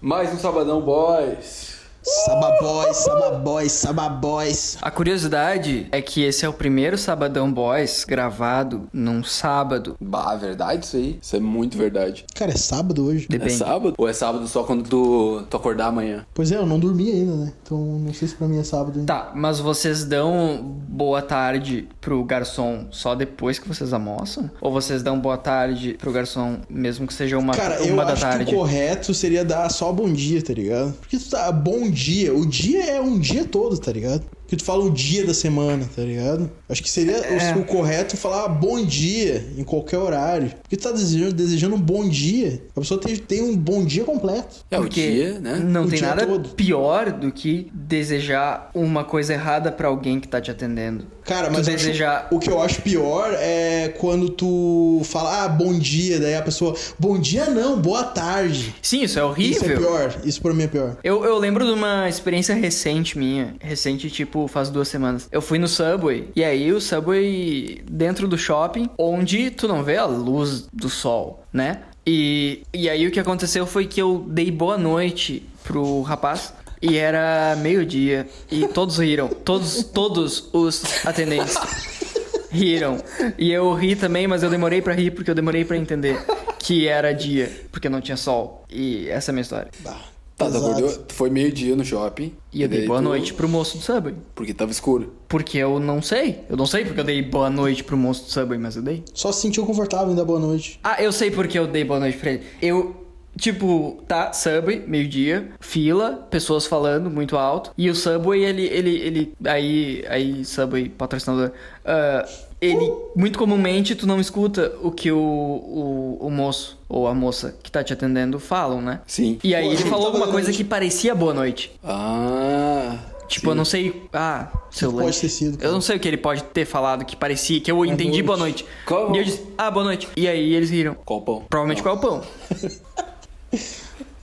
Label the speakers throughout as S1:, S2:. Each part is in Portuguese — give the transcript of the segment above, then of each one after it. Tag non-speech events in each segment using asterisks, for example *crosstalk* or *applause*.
S1: Mais um Sabadão Boys.
S2: Sababoys, sababoys, sababoys.
S3: A curiosidade é que esse é o primeiro Sabadão Boys gravado num sábado.
S1: Bah, verdade isso aí. Isso é muito verdade.
S2: Cara, é sábado hoje.
S1: É
S3: Depende.
S1: sábado? Ou é sábado só quando tu, tu acordar amanhã?
S2: Pois é, eu não dormi ainda, né? Então não sei se pra mim é sábado ainda.
S3: Tá, mas vocês dão boa tarde pro garçom só depois que vocês almoçam? Ou vocês dão boa tarde pro garçom mesmo que seja uma,
S2: Cara, eu
S3: uma da
S2: acho
S3: tarde?
S2: que o correto seria dar só bom dia, tá ligado? Porque tu tá bom dia, o dia é um dia todo, tá ligado? Porque tu fala o dia da semana, tá ligado? Acho que seria o-
S3: É.
S2: o, correto falar bom dia em qualquer horário. Porque tu tá desejando, desejando um bom dia. A pessoa tem, tem um bom dia completo.
S1: É
S3: Porque
S1: o dia, né?
S3: Não
S2: O
S3: tem
S2: dia
S3: nada
S2: todo.
S3: pior do que desejar uma coisa errada pra alguém que tá te atendendo.
S2: Cara,
S3: Tu
S2: mas eu acho-
S3: desejar-
S2: o que eu acho pior é quando tu fala, ah, bom dia, daí a pessoa, bom dia não, boa tarde.
S3: Sim, isso é horrível.
S2: Isso é pior, isso pra mim é pior.
S3: Eu, eu lembro de uma experiência recente minha. Recente, tipo, faz duas semanas. Eu fui no Subway. E aí, o Subway dentro do shopping, onde tu não vê a luz do sol, né? E, e aí, o que aconteceu foi que eu dei boa noite pro rapaz. E era meio-dia. E todos riram. Todos, todos os atendentes riram. E eu ri também, mas eu demorei pra rir porque eu demorei pra entender que era dia, porque não tinha sol. E essa é a minha história.
S2: Bah,
S1: Tá, tu
S2: pesado.
S1: acordou, tu foi meio-dia no shopping.
S3: E eu dei
S1: daí
S3: boa
S1: tu-
S3: noite pro moço do Subway.
S1: Porque tava escuro.
S3: Porque eu não sei. Eu não sei porque eu dei boa noite pro moço do Subway, mas eu dei.
S2: Só se sentiu confortável em dar boa noite.
S3: Ah, eu sei porque eu dei boa noite pra ele. Eu, tipo, tá, Subway, meio-dia, fila, pessoas falando muito alto. E o Subway, ele, ele, ele, aí, aí, Subway, patrocinador, ah, ele, muito comumente, tu não escuta o que o, o, o moço ou a moça que tá te atendendo falam, né?
S1: Sim.
S3: E aí
S2: Pô,
S3: ele
S2: ele
S3: falou
S2: tava
S3: alguma
S2: dando
S3: coisa
S2: noite.
S3: que parecia boa noite.
S1: Ah.
S3: Tipo, eu não sei. Ah, seu
S2: pode
S3: lanche.
S2: ter sido, cara?
S3: Eu não sei o que ele pode ter falado que parecia, que eu entendi boa noite.
S1: Como?
S3: E eu disse, ah, boa noite. E aí eles riram.
S1: Qual o pão?
S3: Provavelmente qual é o pão.
S2: *laughs*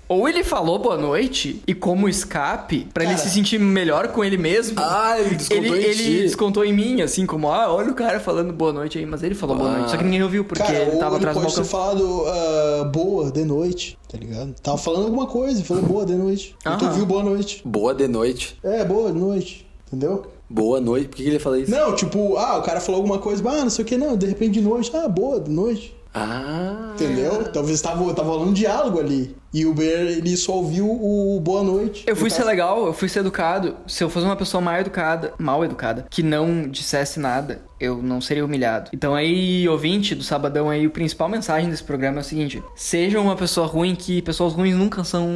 S3: Ou ele falou boa noite e como escape, pra ele
S2: Cara.
S3: se sentir melhor com ele mesmo.
S1: Ah, ele descontou
S3: ele,
S1: em
S3: ele
S1: ti.
S3: descontou em mim, assim, como, ah, olha o cara falando boa noite aí, mas ele falou boa
S1: Ah.
S3: noite. Só que ninguém ouviu, porque
S2: Cara,
S3: ele
S2: ou
S3: tava atrás do
S2: pode
S3: balcão.
S2: ter falado ah, boa de noite, tá ligado? Tava falando alguma coisa, falou boa de noite. Então
S3: Aham.
S2: tu viu boa noite.
S1: Boa de noite.
S2: É, boa de noite, entendeu?
S1: Boa noite. Por que que ele falou isso?
S2: Não, tipo, ah, o cara falou alguma coisa, ah, não sei o que, não, de repente de noite, ah, boa de noite.
S1: Ah.
S2: Entendeu? Talvez tava, tava rolando um diálogo ali. E o Bear, ele só ouviu o boa noite. tá,
S3: Eu fui
S2: Ele
S3: ser
S2: tava-
S3: legal, eu fui ser educado. Se eu fosse uma pessoa mal educada, mal educada, que não dissesse nada, eu não seria humilhado. Então aí, ouvinte do Sabadão aí, o principal mensagem desse programa é o seguinte: seja uma pessoa ruim que pessoas ruins nunca são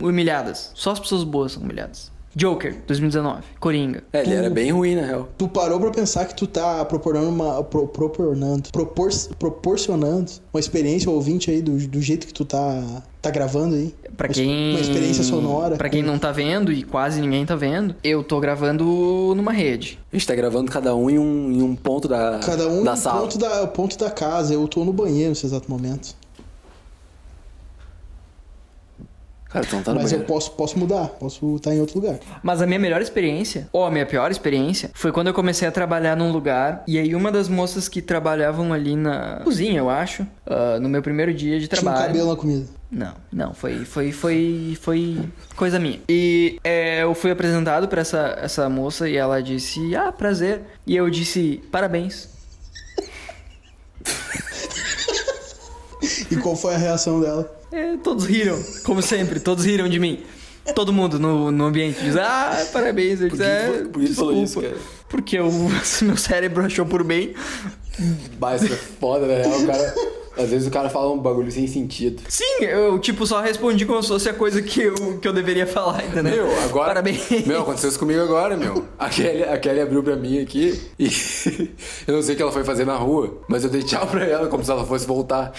S3: humilhadas. Só as pessoas boas são humilhadas. Joker, 2019. Coringa.
S1: É, ele era bem ruim, na real.
S2: Tu parou pra pensar que tu tá proporcionando uma. pro- proporcionando. propor- proporcionando uma experiência ao ouvinte aí do, do jeito que tu tá, tá gravando aí.
S3: Pra
S2: Uma-
S3: quem.
S2: Uma experiência sonora.
S3: Pra quem não tá vendo, e quase ninguém tá vendo, eu tô gravando numa rede.
S1: A gente tá gravando cada um em um, em um ponto da,
S2: Cada um
S1: da
S2: no
S1: sala.
S2: ponto da, ponto da casa. Eu tô no banheiro nesse exato momento.
S1: Cara, então tá no
S2: Mas eu
S1: banheiro.
S2: posso, posso mudar. Posso estar em outro lugar.
S3: Mas a minha melhor experiência, ou a minha pior experiência, foi quando eu comecei a trabalhar num lugar. E aí, uma das moças que trabalhavam ali na cozinha, eu acho, ah, no meu primeiro dia de
S2: Tinha um
S3: trabalho.
S2: cabelo na comida.
S3: Não, não, foi, foi, foi, foi coisa minha. E é, eu fui apresentado pra essa, essa moça e ela disse, ah, prazer. E eu disse, parabéns.
S2: E qual foi a reação dela?
S3: É, todos riram, como sempre, todos riram de mim. Todo mundo no, no ambiente diz, ah, parabéns. Eu
S1: Por
S3: disse,
S1: que,
S3: é,
S1: por que tu falou isso,
S3: desculpa."
S1: cara?
S3: Porque o *laughs* meu cérebro achou por bem
S1: Bah, isso é foda, na real. O cara... Às vezes o cara fala um bagulho sem sentido.
S3: Sim, eu, tipo, só respondi como se fosse a coisa que eu, que eu deveria falar, entendeu?
S1: Meu, agora.
S3: Parabéns.
S1: Meu, aconteceu isso comigo agora, meu. A Kelly, a Kelly abriu pra mim aqui e. *laughs* eu não sei o que ela foi fazer na rua, mas eu dei tchau pra ela como se ela fosse voltar.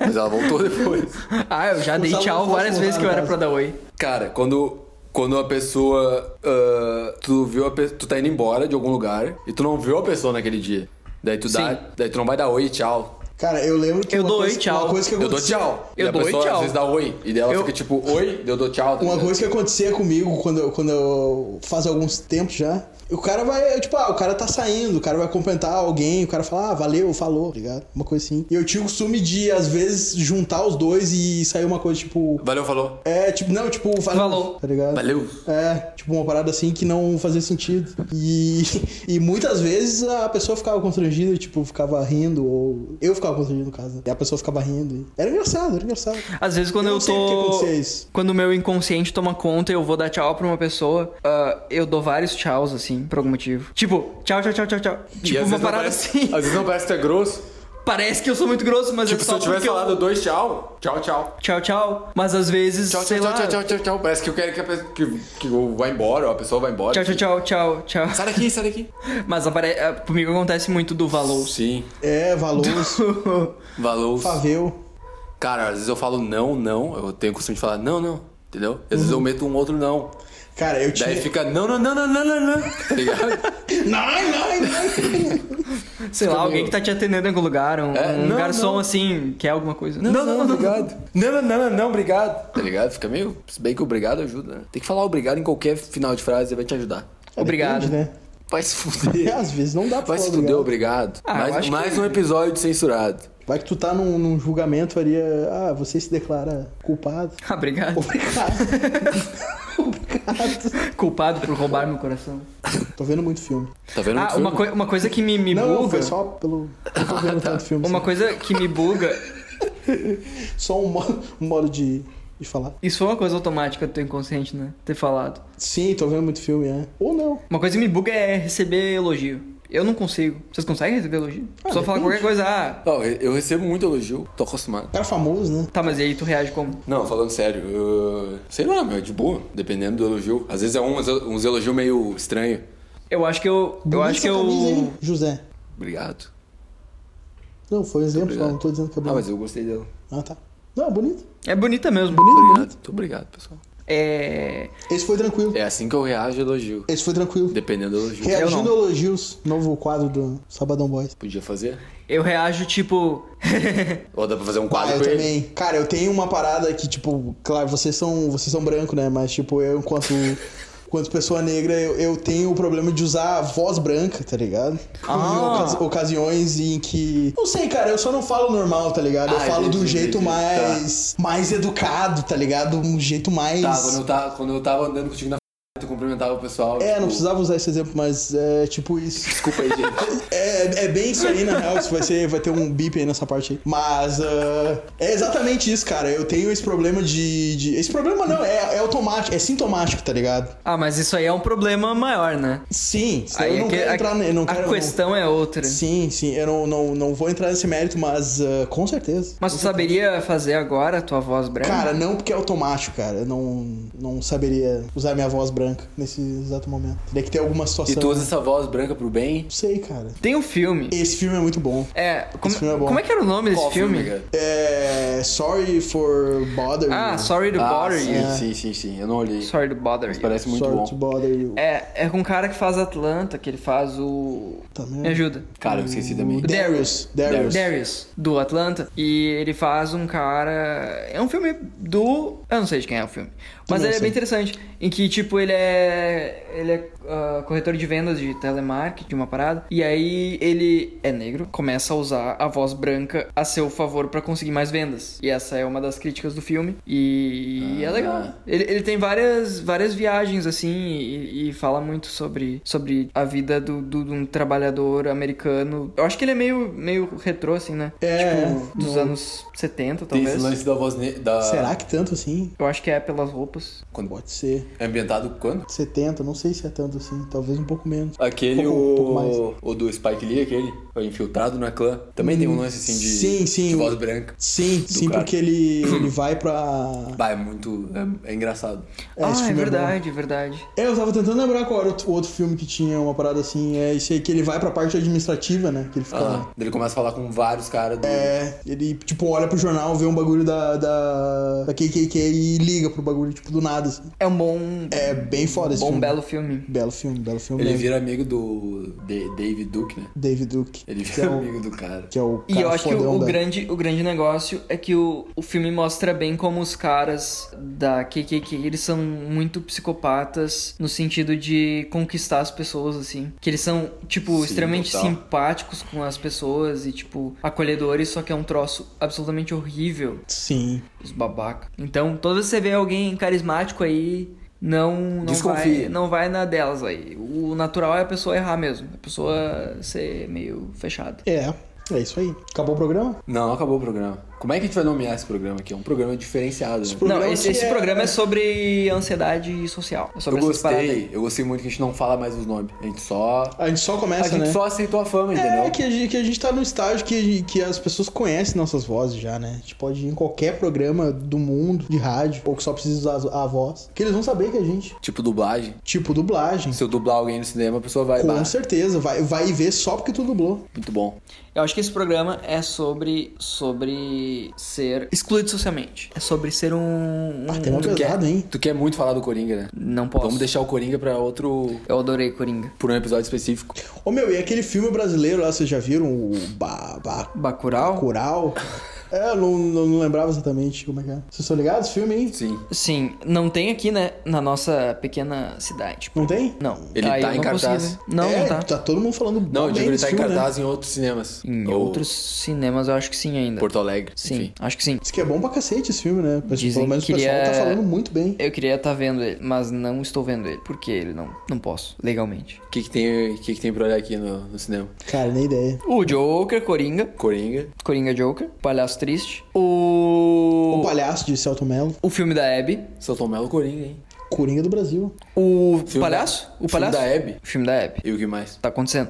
S1: Mas ela voltou depois.
S3: *laughs* Ah, eu já dei
S2: Os alunos
S3: tchau
S2: vão
S3: várias
S2: fumar
S3: vezes que eu
S2: no
S3: era
S2: caso.
S3: pra dar oi.
S1: Cara, quando. Quando a pessoa. ah, tu viu a pe- Tu tá indo embora de algum lugar e tu não viu a pessoa naquele dia. Daí tu dá.
S3: Sim.
S1: Daí tu não vai dar oi e tchau.
S2: Cara, eu lembro que
S3: Eu
S2: uma,
S3: dou
S2: coisa,
S3: oi, tchau.
S2: uma coisa que
S1: Eu dou
S2: acontecia-
S1: tchau.
S3: Eu
S1: e a
S3: dou oi,
S1: pessoa
S3: tchau.
S1: às vezes dá oi. E daí ela
S3: Eu- Um
S1: fica tipo, oi, daí eu dou tchau. tá
S2: Uma
S1: ligado?
S2: coisa que acontecia comigo quando, eu- quando eu faz alguns tempos já, O cara vai, tipo, ah, o cara tá saindo, o cara vai cumprimentar alguém, o cara fala, ah, valeu, falou, tá ligado? Uma coisa assim. E eu tinha o costume de, às vezes, juntar os dois e sair uma coisa, tipo.
S1: Valeu, falou.
S2: É, tipo, não, tipo, valeu.
S3: Falou.
S2: Tá ligado?
S1: Valeu.
S2: É, tipo, uma parada assim que não fazia sentido. E, *laughs* e muitas vezes a pessoa ficava constrangida, tipo, ficava rindo, ou eu ficava constrangido no caso, né? E a pessoa ficava rindo. Era engraçado, era engraçado.
S3: Às vezes quando
S2: Eu
S3: eu,
S2: não sei por que
S3: tô.
S2: acontecia isso.
S3: Quando o meu inconsciente toma conta e eu vou dar tchau pra uma pessoa, ah, eu dou vários tchauz, assim, por algum motivo. Tipo, tchau, tchau, tchau, tchau, tchau.
S1: E
S3: Tipo,
S1: às vezes
S3: uma
S1: não
S3: parada
S1: parece,
S3: assim.
S1: Às vezes não parece que é grosso.
S3: *laughs* Parece que eu sou muito grosso, mas
S1: Tipo,
S3: é
S1: se
S3: só
S1: eu tivesse
S3: porque eu-
S1: falado dois tchau, tchau, tchau.
S3: Tchau, tchau. Mas às vezes,
S1: Tchau,
S3: sei
S1: tchau,
S3: lá...
S1: tchau, tchau, tchau, tchau. Parece que eu quero que a pessoa que, que eu vá embora, ou a pessoa vai embora.
S3: Tchau, tchau, tchau, tchau, tchau.
S1: Sai daqui, sai daqui.
S3: Mas apare... ah, comigo acontece muito do
S1: *laughs*
S3: valor.
S1: Sim,
S2: É, valor,
S1: valeu.
S2: faveu.
S1: Cara, às vezes eu falo não, não. Eu tenho o costume de falar não, não. Entendeu? Às vezes eu meto um outro não.
S2: Cara, eu tinha.
S1: Daí fica não, não, não, não, não, não, não. Tá ligado? *laughs*
S2: Não, não, não.
S3: Sei lá,
S1: meio-
S3: alguém que tá te atendendo em algum lugar, um,
S1: Tipo, É,
S3: um
S1: não,
S3: garçom
S1: não.
S3: assim, quer alguma coisa.
S1: obrigado. Não, não, não, não, não, obrigado. Tá ligado? Fica meio. Se bem que obrigado ajuda, né? Tem que falar obrigado em qualquer final de frase, vai te ajudar.
S3: Obrigado.
S2: Depende, né?
S1: Vai se
S2: É,
S1: fuder.
S2: às vezes não dá pra
S1: Vai se
S2: falar
S1: fuder,
S2: obrigado.
S1: obrigado.
S3: Ah, eu
S1: mais
S3: acho
S1: mais
S3: que-
S1: um episódio de censurado.
S2: Vai que tu tá num, num julgamento ali, é, ah, você se declara culpado.
S3: *laughs* Ah, Obrigado.
S2: Obrigado. Obrigado.
S3: Culpado por roubar meu coração.
S2: Tô vendo muito filme.
S1: Tá vendo?
S3: Ah,
S1: muito
S3: uma,
S1: filme?
S3: coi- uma coisa que me, me
S2: Não, não,
S3: buga.
S2: foi só pelo. Eu tô
S3: *laughs*
S2: vendo tanto filme.
S3: Uma
S2: assim.
S3: coisa que me buga.
S2: Só um modo, um modo de, de falar.
S3: Isso foi uma coisa automática do teu inconsciente, né? Ter falado.
S2: Sim, tô vendo muito filme, é. Ou não.
S3: Uma coisa que me buga é receber elogio. Eu não consigo. Vocês conseguem receber elogio?
S2: Ah,
S3: só falar
S2: depende.
S3: qualquer coisa, ah.
S1: Não, eu eu recebo muito elogio, tô acostumado.
S2: Cara famoso, né?
S3: Tá, mas e aí tu reage como?
S1: Não, falando sério, eu- sei lá, meu, é de boa, dependendo do elogio. Às vezes é uns, uns elogios meio estranho.
S3: Eu acho que eu. Eu
S2: Bonita
S3: acho que
S2: essa camisa,
S3: eu.
S2: hein, José.
S1: Obrigado.
S2: Não, foi exemplo, só,
S1: Obrigado.
S2: não tô dizendo que é
S1: Ah, mas
S2: bonito.
S1: eu gostei dela.
S2: Ah, tá. Não, é bonito.
S3: É bonita mesmo.
S1: Obrigado, muito obrigado, pessoal.
S3: É.
S2: Esse foi tranquilo.
S1: É assim que eu reajo ao elogio,
S2: Esse foi tranquilo.
S1: dependendo do elogio.
S3: Eu
S2: Reagindo
S3: não.
S2: a elogios, novo quadro do Sabadão Boys.
S1: Podia fazer?
S3: Eu reajo tipo. *laughs*
S1: Ou dá pra fazer um
S2: Ah,
S1: quadro
S2: eu
S1: com ele?
S2: também. Cara, eu tenho uma parada que, tipo, claro, vocês são, vocês são branco, né? Mas, tipo, eu, enquanto, *laughs* enquanto pessoa negra, eu, eu tenho o problema de usar a voz branca, tá ligado?
S3: Ah.
S2: Em ocasi- ocasiões em que. Não sei, cara, eu só não falo normal, tá ligado? Eu
S1: Ah,
S2: falo de um
S1: entendi,
S2: jeito
S1: entendi.
S2: mais. mais educado, tá ligado? Um jeito mais.
S1: Tá, quando eu tava, quando eu tava andando contigo na f***, tu cumprimentava o pessoal.
S2: É,
S1: tipo,
S2: não precisava usar esse exemplo, mas é tipo isso.
S1: Desculpa aí, gente.
S2: É, é bem isso aí, na real. Isso vai, ser, vai ter um bip aí nessa parte aí. Mas ah, é exatamente isso, cara. Eu tenho esse problema de. de- Esse problema não, é, é automático, é sintomático, tá ligado?
S3: Ah, mas isso aí é um problema maior, né?
S2: Sim, senão
S3: Aí
S2: eu
S3: é
S2: não
S3: que
S2: quero
S3: a,
S2: entrar ne- eu não
S3: a
S2: quero-
S3: questão é outra.
S2: não- Sim, sim, eu não, não, não vou entrar nesse mérito, mas ah, com certeza.
S3: Mas tu saberia fazer agora a tua voz branca?
S2: Cara, não porque é automático, cara. Eu não, não saberia usar minha voz branca nesse exato momento. Teria que ter alguma
S1: *laughs*
S2: situação.
S1: E tu usa essa voz branca pro bem?
S2: Não sei, cara.
S3: Tem um filme.
S2: Esse filme é muito bom.
S3: É, como,
S2: filme é bom.
S3: como é que era o nome desse
S1: Qual
S3: filme?
S1: cara?
S2: É. Sorry for bothering.
S3: Ah, Sorry to
S1: Ah,
S3: Bother
S1: sim,
S3: You.
S1: sim, sim, sim. Eu não olhei.
S3: Sorry to Bother You.
S1: Parece muito
S2: Sorry
S1: bom.
S2: to bother you.
S3: É, é com um cara que faz Atlanta, que ele faz o...
S2: Tá
S3: Me
S2: merda.
S3: ajuda.
S1: Cara, eu esqueci também.
S2: Darius. Darius.
S3: Darius, do Atlanta. E ele faz um cara. É um filme do. Eu não sei de quem é o filme. Mas
S2: não
S3: ele é
S2: sei.
S3: bem interessante. Em que, tipo, ele é. Ele é ah, corretor de vendas de telemarketing, de uma parada. E aí ele é negro, começa a usar a voz branca a seu favor pra conseguir mais vendas. E essa é uma das críticas do filme. E é
S1: Ah.
S3: legal. Ele, ele tem várias, várias viagens, assim, e, e fala muito sobre, sobre a vida do, do- de um trabalhador americano. Eu acho que ele é meio, meio retrô, assim, né?
S2: É,
S3: Tipo, dos
S2: não-
S3: anos 70,
S1: Tem esse
S3: talvez.
S1: lance da voz ne- da...
S2: Ah. Será que tanto assim?
S3: Eu acho que é pelas roupas.
S1: Quando...
S2: Pode ser.
S1: É ambientado quando?
S2: 70, não sei se é tanto assim. Talvez um pouco menos.
S1: Aquele,
S2: Pouco-
S1: o...
S2: Um pouco mais. Hum,
S1: o do Spike Lee, aquele, o infiltrado na clã. Também tem um lance assim de,
S2: Sim, sim,
S1: de
S2: o-
S1: voz branca.
S2: Sim, sim,
S1: cara.
S2: porque ele, ele vai pra.
S1: Bah, é muito. É, é engraçado.
S2: É, esse
S3: ah, é
S2: filme é bom.
S3: verdade, é verdade.
S2: É, eu tava tentando lembrar qual era o t- o outro filme que tinha uma parada assim. É esse aí que ele vai pra parte administrativa, né? Que ele fica.
S1: Ah, Ele começa a falar com vários caras do.
S2: É, ele, tipo, olha pro jornal, vê um bagulho da, da, da KKK e liga pro bagulho, tipo, do nada, assim.
S3: É um bom.
S2: É bem foda esse
S3: Bom,
S2: filme.
S3: belo filme.
S2: Belo filme, belo filme.
S1: Ele
S2: mesmo.
S1: vira amigo do Da- David Duke, né?
S2: David Duke.
S1: Ele
S2: que é
S1: vira
S2: o,
S1: amigo do cara.
S2: que é o
S3: E eu
S2: cara
S3: acho que
S2: fodão
S3: o, o
S2: da-
S3: grande, o grande negócio é que o, o filme mostra bem como os caras da KKK, eles são muito psicopatas no sentido de conquistar as pessoas, assim. Que eles são, tipo,
S1: Sim,
S3: extremamente
S1: total.
S3: simpáticos com as pessoas e, tipo, acolhedores, só que é um troço absolutamente horrível,
S2: Sim.
S3: os babaca. Então, toda vez que você vê alguém carismático aí... Não, não
S1: Desconfie.
S3: vai, não vai na delas aí. O natural é a pessoa errar mesmo. A pessoa ser meio fechada.
S2: É. É isso aí. Acabou o programa?
S1: Não, acabou o programa. Como é que a gente vai nomear esse programa aqui? É um programa diferenciado, né?
S2: pro-
S3: Não,
S2: programa
S3: esse, esse
S2: que é-
S3: programa é sobre ansiedade social. É
S1: Eu
S3: sobre essas paradas aí.
S1: gostei, eu gostei muito que a gente não fala mais os nomes. A gente só.
S2: A gente só
S1: A
S2: começa,
S1: gente
S2: né?
S1: só aceitou a fama, entendeu?
S2: É, que a, gente, que a gente tá num estágio que, que as pessoas conhecem nossas vozes já, né? A gente pode ir em qualquer programa do mundo, de rádio, ou que só precisa usar a voz, que eles vão saber que a gente.
S1: Tipo dublagem.
S2: Tipo, dublagem.
S1: Se eu dublar alguém no cinema, a pessoa vai.
S2: Com
S1: "Bah,
S2: certeza, vai, vai ver só porque tu dublou.
S1: Muito bom.
S3: Eu acho que esse programa é sobre. sobre ser excluído socialmente. É sobre ser um. um
S2: Ah, tem uma
S3: tu quer-
S2: pesada, hein?
S1: Tu Hum, quer muito falar do Coringa, né?
S3: Não posso.
S1: Vamos deixar o Coringa pra outro.
S3: Eu adorei Coringa.
S1: por um episódio específico.
S2: Ô meu, e aquele filme brasileiro lá, vocês já viram? O ba ba
S3: Bacurau?
S1: *laughs*
S2: Cural? É, eu não, não, não lembrava exatamente como é que é. Vocês estão ligados? Filme, hein?
S1: Sim.
S3: Sim, não tem aqui, né? Na nossa pequena cidade.
S2: Não tem?
S3: Não.
S1: Ele
S3: Aí
S1: tá
S3: eu
S1: em
S3: não consegui
S1: cartaz.
S3: ver. Não,
S2: é,
S3: não tá.
S2: todo mundo falando
S1: Não, eu
S2: bem
S1: digo ele
S2: desse
S1: tá em
S2: filme, né?
S1: cartaz em outros cinemas.
S3: Em
S1: Ou
S3: outros cinemas eu acho que sim ainda.
S1: Porto Alegre.
S3: Sim,
S1: Enfim.
S3: acho que sim.
S2: Diz que é bom pra cacete esse filme, né? Mas,
S3: Dizem
S2: pelo menos
S3: que
S2: o pessoal
S3: ele
S2: tá
S3: é-
S2: falando muito bem.
S3: Eu queria estar vendo ele, mas não estou vendo ele. Porque ele não, não posso, legalmente.
S1: O que, que tem, o que, que tem pra olhar aqui no, no cinema?
S2: Cara, nem ideia.
S3: O Joker, Coringa.
S1: Coringa.
S3: Coringa Joker, Palhaço Triste, o.
S2: O Palhaço de Celto Mello,
S3: O filme da Abby.
S1: São Tomé Coringa, hein?
S2: Coringa do Brasil.
S3: O
S1: Filme
S3: Palhaço?
S1: da-
S3: O Palhaço?
S1: Filme da Abby.
S3: O filme da Abby.
S1: E o que mais?
S3: Tá acontecendo.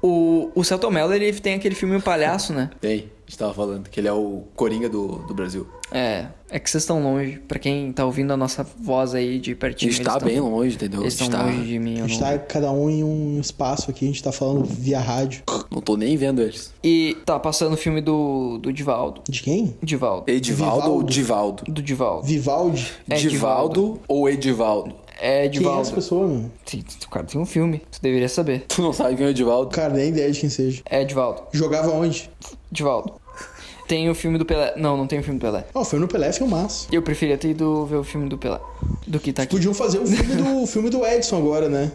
S3: O, o Celton Mello, ele tem aquele filme O Palhaço,
S1: *laughs*
S3: né?
S1: Tem, a gente tava falando que ele é o Coringa do, do Brasil.
S3: É. É que vocês estão longe. Pra quem tá ouvindo a nossa voz aí de
S1: A
S3: pertinho.
S1: gente
S3: eles
S1: tá
S3: tão-
S1: bem longe, entendeu? A
S3: Eles
S1: gente
S3: estão
S1: tá...
S3: longe de mim.
S2: A
S3: Eu
S2: gente
S3: não-
S2: tá cada um em um espaço aqui, a gente tá falando via rádio.
S1: Não tô nem vendo eles.
S3: E tá passando o filme do, do Divaldo.
S2: De quem?
S3: Divaldo.
S1: Edivaldo ou Divaldo?
S3: Do Divaldo.
S2: Vivaldi?
S3: É
S1: Divaldo ou Edivaldo? *laughs*
S2: Quem
S3: É,
S2: é essa
S3: Divaldo.
S2: pessoa, meu?
S3: Sim, tu- Cara, tem um filme. Tu deveria saber.
S1: Tu não sabe quem é o Edivaldo?
S2: Cara, nem ideia de quem seja.
S3: É, Divaldo.
S2: Jogava onde?
S3: Divaldo. Tem o filme do Pelé. Não, não tem o filme do Pelé.
S2: Ó, o filme do Pelé é filmaço.
S3: Eu preferia ter ido ver o filme do Pelé. Do que tá aqui.
S2: Podiam fazer o filme do, o filme do Edson agora, né?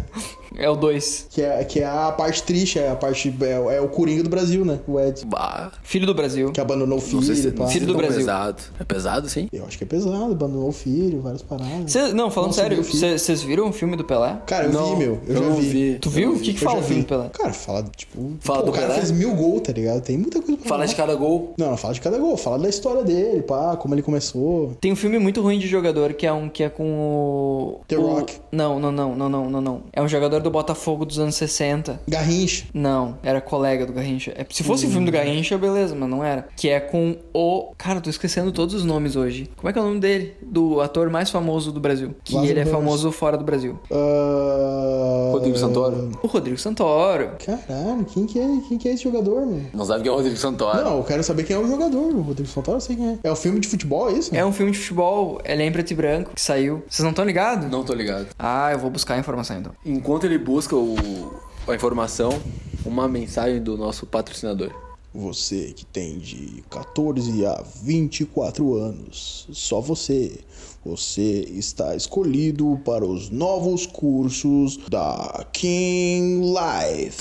S3: É o 2.
S2: Que é, que é a parte triste, é a parte. É, é o Coringa do Brasil, né? O Edson.
S1: Bah,
S3: Filho do Brasil.
S2: Que abandonou o
S1: não
S2: filho.
S1: sei se,
S2: pá.
S1: não sei se
S3: Filho do
S1: é tão
S3: Brasil.
S1: pesado. É pesado, sim?
S2: Eu acho que é pesado, abandonou o filho, várias paradas.
S3: Cê- não, falando
S2: Nossa,
S3: sério,
S2: meu filho.
S3: vocês viram o filme do Pelé?
S2: Cara, eu
S1: não,
S2: vi, meu.
S1: eu
S2: Eu, já
S1: não
S2: vi.
S1: vi.
S3: Tu viu? O que,
S2: Eu
S3: que
S2: já
S3: fala o
S2: vi.
S3: filme do Pelé?
S2: Cara, fala, tipo.
S1: Fala
S2: pô,
S1: do
S2: o cara
S1: Pelé?
S2: fez mil gols, tá ligado? Tem muita coisa pra
S1: Fala de
S2: falar.
S1: cada gol.
S2: Não, não fala de cada gol, fala da história dele, pá, como ele começou.
S3: Tem um filme muito ruim de jogador que é um que é com o.
S2: The
S3: o-
S2: Rock.
S3: Não, não, não, não, não, não, não. É um jogador do Botafogo dos anos 60.
S2: Garrincha.
S3: Não, era colega do Garrincha. É, se fosse o filme do
S1: Hum.
S3: Garrincha, beleza, mas não era. Que é com o. Cara, eu tô esquecendo todos os nomes hoje. Como é que é o nome dele? Do ator mais famoso do Brasil. Que
S2: Lázaro
S3: ele é
S2: Ramos.
S3: famoso fora do Brasil.
S2: Ah,
S1: Rodrigo Santoro.
S3: O Rodrigo Santoro.
S2: Caralho, quem que, é, quem que é esse jogador, meu?
S1: Não sabe quem é o Rodrigo Santoro.
S2: Não, eu quero saber quem é o jogador. O Rodrigo Santoro, eu sei quem é. É o filme de futebol, é isso?
S3: É um filme de futebol, ele é em preto e branco, que saiu. Vocês não estão ligados?
S1: Não tô ligado.
S3: Ah, eu vou buscar a informação então.
S1: Enquanto ele busca o, a informação, uma mensagem do nosso patrocinador.
S2: Você que tem de 14 a 24 anos, só você. Você está escolhido para os novos cursos da King Life.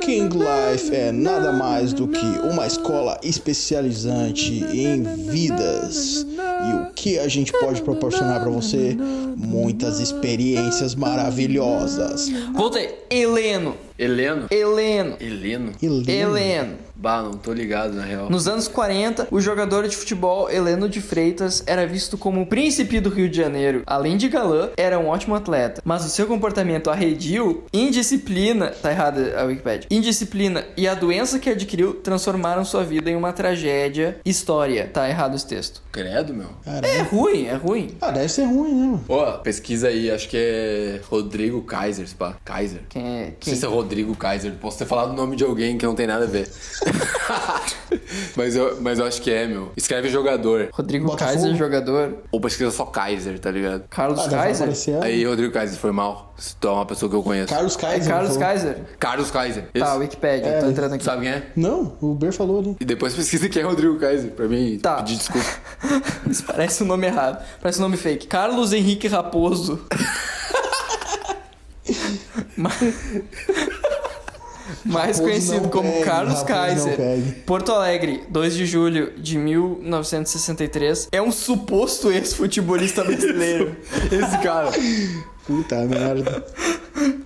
S2: King Life é nada mais do que uma escola especializante em vidas. E o que a gente pode proporcionar para você? Muitas experiências maravilhosas.
S1: Ah.
S3: Voltei. Heleno.
S1: Heleno?
S3: Heleno.
S1: Heleno?
S3: Heleno.
S1: Bah, não tô ligado na real.
S3: Nos anos 40, o jogador de futebol Heleno de Freitas era visto como o príncipe do Rio de Janeiro. Além de galã, era um ótimo atleta. Mas o seu comportamento arredio, indisciplina. Tá errada a Wikipedia. Indisciplina e a doença que adquiriu transformaram sua vida em uma tragédia. História. Tá errado esse texto.
S1: Credo, meu.
S3: É ruim, é ruim.
S2: Ah, deve ser ruim, né? mano?
S1: Ó, pesquisa aí, acho que é Rodrigo Kaiser, pá. Kaiser.
S3: Quem é?
S1: Não sei
S3: Quem?
S1: se é Rod- Rodrigo Kaiser. Posso ter falado o nome de alguém que não tem nada a
S3: *laughs*
S1: ver. mas, eu, mas eu acho que é, meu. Escreve jogador.
S3: Rodrigo
S2: Botafogo.
S3: Kaiser, jogador.
S1: Ou pra escrever só Kaiser, tá ligado?
S3: Carlos
S2: Ah, deve
S3: Kaiser?
S2: aparecer.
S1: Aí, Rodrigo Kaiser, foi mal. Se tu é uma pessoa que eu conheço.
S2: Carlos
S3: É
S2: Kaiser.
S3: Carlos
S2: ele falou.
S3: Kaiser.
S1: Carlos Kaiser.
S3: Tá,
S1: Isso.
S3: Wikipedia, tô entrando aqui.
S1: Sabe quem é?
S2: Não, o Ber falou né? ali.
S1: E depois pesquisa quem é Rodrigo Kaiser, pra mim
S3: Tá.
S1: pedir desculpa. *laughs*
S3: Isso parece um nome errado. Parece um nome fake. Carlos Henrique Raposo. *laughs*
S2: *laughs*
S3: Ma- Mais
S2: Raposo
S3: conhecido
S2: não
S3: como
S2: pegue,
S3: Carlos
S2: Raposo não
S3: Kaiser.
S2: pegue.
S3: Porto Alegre, 2 de julho de 1963. É um suposto ex-futebolista
S2: *laughs*
S3: brasileiro.
S1: Esse cara.
S2: Puta merda.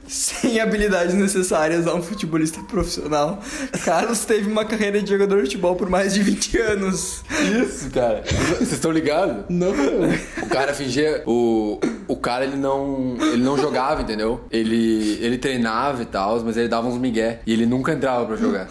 S3: Sem habilidades necessárias a um futebolista profissional. Carlos teve uma carreira de jogador de futebol por mais de 20 anos.
S1: Isso, cara. Vocês estão ligados?
S2: *laughs* Não, meu.
S1: O cara fingia. O, o cara, ele não. Ele não jogava, entendeu? Ele, ele treinava e tal, mas ele dava uns migué. E ele nunca entrava pra jogar.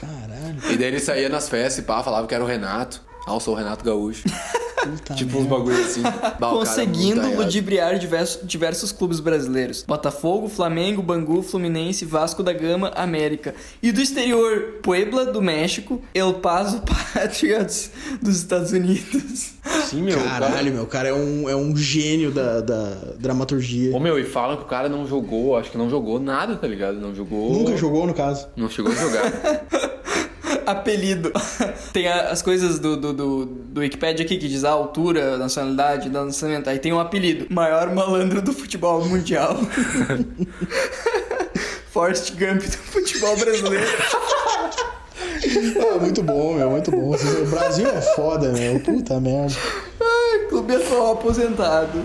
S2: Caralho,
S1: E daí ele saía nas festas e pá, falava que era o Renato. Ah, eu sou o Renato Gaúcho.
S2: *laughs* puta
S1: tipo uns
S2: merda.
S1: bagulho
S2: *laughs*
S1: assim. Bah, o cara é
S3: conseguindo
S1: muito aiado.
S3: ludibriar diversos, diversos clubes brasileiros: Botafogo, Flamengo, Bangu, Fluminense, Vasco da Gama, América. E do exterior: Puebla do México, El Paso *laughs* Patriots dos Estados Unidos. *laughs*
S1: Sim, meu. o Cara...
S2: Caralho, meu. O cara é um, é um gênio da, da dramaturgia.
S1: Ô, meu, e falam que o cara não jogou, acho que não jogou nada, tá ligado? Não jogou.
S2: Nunca jogou, no caso.
S1: Não chegou a jogar.
S3: Apelido. *laughs* tem a- as coisas do, do, do, do Wikipedia aqui que diz a altura, nacionalidade, data de nascimento. Aí tem um apelido: maior malandro do futebol mundial. *laughs* Forrest Gump do futebol brasileiro.
S2: Ah, muito bom, meu. Muito bom. O Brasil é foda, meu. Puta merda.
S3: Ai, Clube
S2: é
S3: atual aposentado.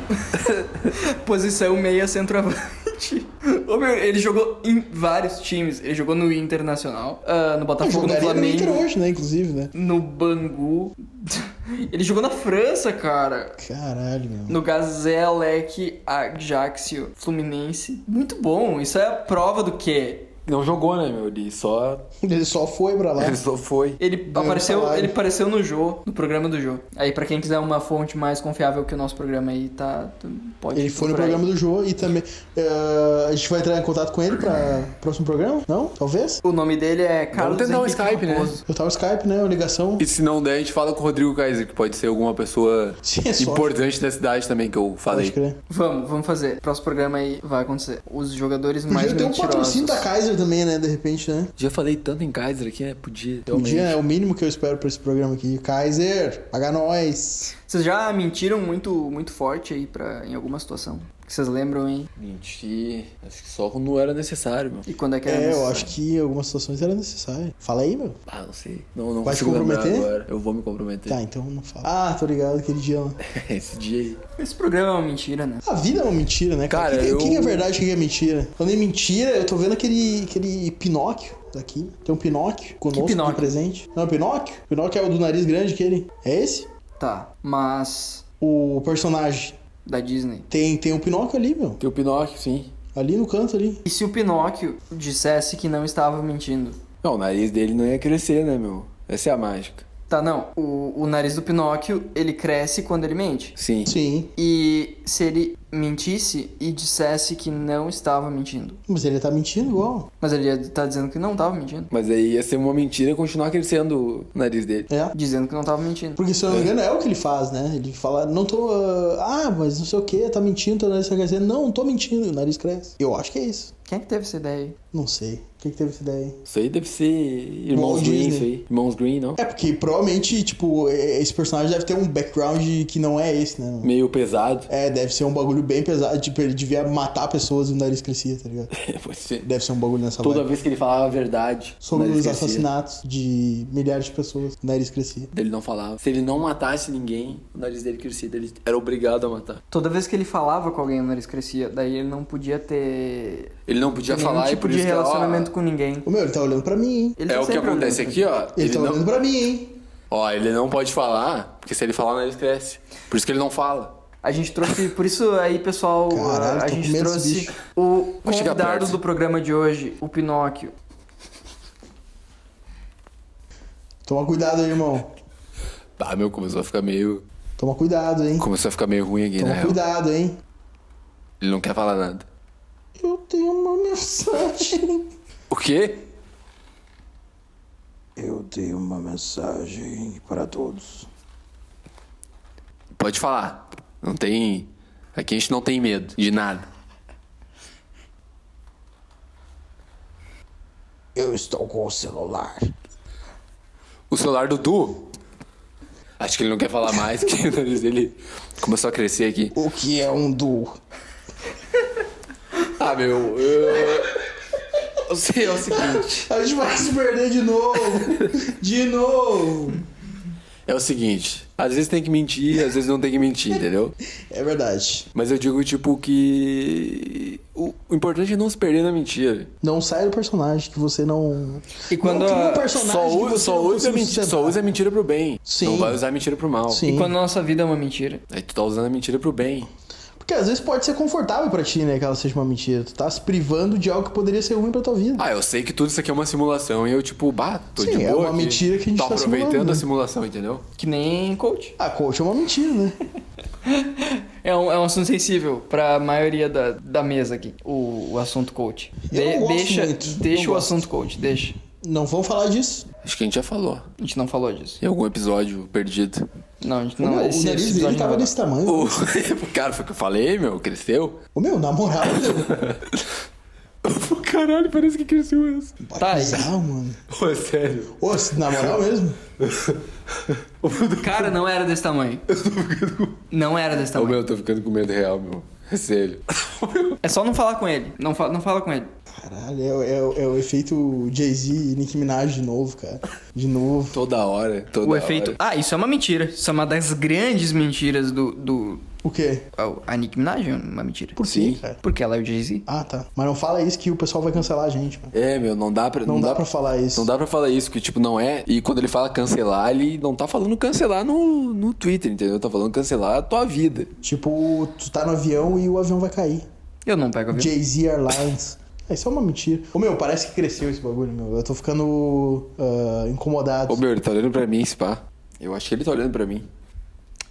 S3: *laughs* Posição meia centroavante. Ô, meu, ele jogou em vários times. Ele jogou no Internacional, ah, no Botafogo, no
S2: Jogaria no Inter
S3: Flamengo,
S2: hoje, né? Inclusive, né?
S3: no Bangu. Ele jogou na França, cara.
S2: Caralho, meu.
S3: No Gazelec Ajaccio Fluminense. Muito bom. Isso é a prova do quê?
S1: *laughs* Não jogou, né, meu? Ele só.
S2: Ele só foi pra lá.
S1: Ele só foi.
S3: Ele
S2: Hum,
S3: apareceu,
S2: salário.
S3: ele apareceu no Jô, no programa do Jô. Aí, pra quem quiser uma fonte mais confiável que o nosso programa aí, tá. Pode
S2: Ele foi no
S3: procurar aí.
S2: programa do Jô e também. eh, a gente vai entrar em contato com ele pra próximo programa? Não? Talvez?
S3: O nome dele é Carlos
S1: tentar um
S3: Henrique
S1: Skype, né?
S3: Raposo.
S2: Eu tava Skype, né? A ligação.
S1: E se não der, a gente fala com o Rodrigo Kaiser, que pode ser alguma pessoa
S2: Sim, é só.
S1: importante da cidade também, que eu
S2: Pode
S1: falei.
S2: crer.
S3: Vamos, vamos fazer. Próximo programa aí vai acontecer. Os jogadores mais
S2: Podia ter um
S3: mentirosos.
S2: patrocínio da Kaiser também, né? De repente, né?
S1: Já falei tanto em Kaiser aqui, né? Podia.
S2: Um dia é o mínimo que eu espero pra esse programa aqui. Kaiser, paga nós.
S3: Vocês já mentiram muito, muito forte aí pra, em alguma situação? Que vocês lembram, hein?
S1: Mentir. Acho que só quando não era necessário, meu.
S3: E quando é que era
S2: É, eu
S3: necessário?
S2: acho que em algumas situações era necessário. Fala aí, meu.
S1: Ah, não sei. Não, não
S2: Vai se
S1: consigo lembrar
S2: comprometer?
S1: agora. Eu vou me comprometer.
S2: Tá, então não fala. Ah, tô ligado, aquele dia lá.
S1: *laughs* Esse dia aí.
S3: Esse programa é uma mentira, né?
S2: A vida é uma mentira, né?
S1: Cara,
S2: o que, que-
S1: eu-
S2: o que que é verdade e o que é mentira? Falando em mentira, eu tô vendo aquele, aquele Pinóquio daqui. Tem um Pinóquio conosco aqui
S3: Pinóquio?
S2: presente. Não, é Pinóquio? Pinóquio é o do nariz grande, aquele. É esse?
S3: Tá, mas...
S2: O personagem.
S3: Da Disney.
S2: Tem, tem um Pinóquio ali, meu.
S1: Tem o Pinóquio, sim.
S2: Ali no canto ali.
S3: E se o Pinóquio dissesse que não estava mentindo?
S1: Não, o nariz dele não ia crescer, né, meu? Essa é a mágica.
S3: Tá, não. O, o nariz do Pinóquio, ele cresce quando ele mente.
S1: Sim.
S2: Sim.
S3: E se ele mentisse e dissesse que não estava mentindo?
S2: Mas ele tá mentindo igual.
S3: Mas ele ia tá dizendo que não tava mentindo.
S1: Mas aí ia ser uma mentira continuar crescendo o nariz dele.
S2: É.
S3: Dizendo que não tava mentindo.
S2: Porque, se eu não me engano, é o que ele faz, né? Ele fala, não tô. ah, ah, mas não sei o que, tá mentindo, teu nariz tá crescendo. Não, não tô mentindo, e o nariz cresce. Eu acho que é isso.
S3: Quem é que teve essa ideia aí?
S2: Não sei. O que, que teve essa ideia aí?
S1: Isso aí deve ser Irmãos
S2: Walt
S1: Green,
S2: Disney.
S1: isso aí. Irmãos Green, não?
S2: É porque provavelmente, tipo, é- esse personagem deve ter um background que não é esse, né?
S1: Meio pesado. *laughs*
S2: É, deve ser um bagulho bem pesado. Tipo, ele devia matar pessoas e o nariz crescia, tá ligado?
S1: É, Pode ser.
S2: Deve ser um bagulho nessa
S1: Toda
S2: vibe.
S1: vez que ele falava a verdade
S2: Sobre
S1: nariz
S2: os
S1: crescia.
S2: assassinatos de milhares de pessoas, o nariz crescia.
S1: Ele não falava. Se ele não matasse ninguém, o nariz dele crescia. Ele era obrigado a matar.
S3: Toda vez que ele falava com alguém, o nariz crescia. Daí ele não podia ter
S1: Ele não podia
S3: nenhum
S1: falar e
S3: tipo
S1: por
S3: de
S1: isso que, ó,
S3: relacionamento com ninguém.
S2: Ô meu, ele tá olhando pra mim, hein?
S3: Ele
S1: É
S3: tá
S1: o que
S3: sempre
S1: acontece
S3: olhando
S1: aqui, ó.
S2: Ele,
S1: Ele
S2: tá olhando
S1: não,
S2: pra mim, hein?
S1: ó, ele não pode falar, porque se ele falar, o nariz cresce. Por isso que ele não fala.
S3: pra- A gente trouxe... Por isso aí, pessoal,
S2: Caralho,
S3: a
S2: tô com
S3: gente
S2: medo desse
S3: trouxe
S2: bicho.
S3: o
S1: Vou chegar
S3: convidado
S1: perto.
S3: do programa de hoje, o Pinóquio.
S2: Toma cuidado aí, irmão.
S1: Tá, meu, começou a ficar meio.
S2: Toma cuidado, hein?
S1: Começou a ficar meio ruim aqui, na
S2: Toma
S1: real.
S2: cuidado, hein?
S1: Ele não quer falar nada.
S2: Eu tenho uma mensagem. *laughs*
S1: O quê?
S2: Eu tenho uma mensagem para todos.
S1: Pode falar. Não tem. Aqui a gente não tem medo de nada.
S2: Eu estou com o celular.
S1: O celular do Du. Acho que ele não quer falar mais, *laughs* que o nariz dele começou a crescer aqui.
S2: O que é um duo?
S1: Ah, meu. Eu, eu sei, é o seguinte.
S2: A gente vai se perder de *laughs* novo. De novo.
S1: É o seguinte. Às vezes tem que mentir, às vezes não tem que mentir, entendeu?
S2: É verdade.
S1: Mas eu digo, tipo, que. O, o importante é não se perder na mentira.
S2: Não sai do personagem que você não.
S3: E quando
S2: não cria
S3: a-
S2: um personagem
S1: Só
S2: que
S1: usa,
S2: você
S1: só,
S2: não
S1: usa a
S2: consiga
S1: mentira, só
S2: sustentar.
S1: usa a mentira pro bem.
S2: Sim.
S1: Não vai usar a mentira pro mal.
S2: Sim.
S3: E quando a nossa vida é uma mentira.
S1: Aí tu tá usando a mentira pro bem.
S2: Porque às vezes pode ser confortável pra ti, né? Que ela seja uma mentira. Tu tá se privando de algo que poderia ser ruim pra tua vida.
S1: Ah, eu sei que tudo isso aqui é uma simulação e eu, tipo, bato tô
S2: Sim,
S1: de boa.
S2: é uma
S1: aqui.
S2: mentira que a gente
S1: Tô
S2: tá
S1: aproveitando
S2: simulando,
S1: a
S2: né?
S1: simulação, entendeu?
S3: Que nem coach.
S2: Ah, coach é uma mentira, né?
S3: É um, é um assunto sensível pra maioria da, da mesa aqui. O, o assunto coach.
S2: Eu não gosto
S3: deixa
S2: muito, não
S3: deixa o
S2: gosto.
S3: assunto coach, deixa.
S2: Não vamos falar disso.
S1: Acho que a gente já falou.
S3: A gente não falou disso.
S1: Em algum episódio perdido. *laughs*
S3: Não, a gente não.
S2: Meu,
S3: esse,
S2: o
S3: esse
S2: nariz
S3: episódio
S2: dele
S3: não
S2: tava
S3: vai lá.
S2: desse tamanho.
S1: O cara foi o que eu falei, meu, cresceu. *laughs*
S2: Ô, meu, na
S3: *laughs*
S2: moral, meu.
S1: Caralho, parece que cresceu isso.
S3: Tá,
S2: Vai pisar, mano.
S1: Pô, é sério.
S2: Ô, na moral mesmo.
S3: Cara, não era desse tamanho. Não era desse
S1: Ô,
S3: tamanho.
S1: meu, eu tô ficando com medo real, meu. É sério.
S3: É só não falar com ele. Não, fa não fala com ele.
S2: Caralho, é, o- é o- é o efeito Jay-Z e Nicki Minaj de novo, cara. De novo.
S1: Toda hora, toda
S3: O
S1: hora.
S3: efeito. Ah, isso é uma mentira. Isso é uma das grandes mentiras do. do...
S2: O quê?
S3: A Nick Minaj é uma mentira.
S2: Por
S1: Sim.
S2: quê, cara?
S3: Porque ela é o Jay-Z.
S2: Ah, tá. Mas não fala isso que o pessoal vai cancelar a gente, mano.
S1: É, meu, não dá pra...
S2: Não, dá, pra falar isso.
S1: Não dá pra falar isso, que tipo, não é. E quando ele fala cancelar, ele não tá falando cancelar no, no Twitter, entendeu? Tá falando cancelar a tua vida.
S2: Tipo, tu tá no avião e o avião vai cair.
S3: Eu não pego a vida.
S2: Jay-Z Airlines. Ah, isso é uma mentira. Ô, meu, parece que cresceu esse bagulho, meu. Eu tô ficando ah, incomodado.
S1: Ô, meu, ele tá olhando pra mim, Spa. Eu acho que ele tá olhando pra mim.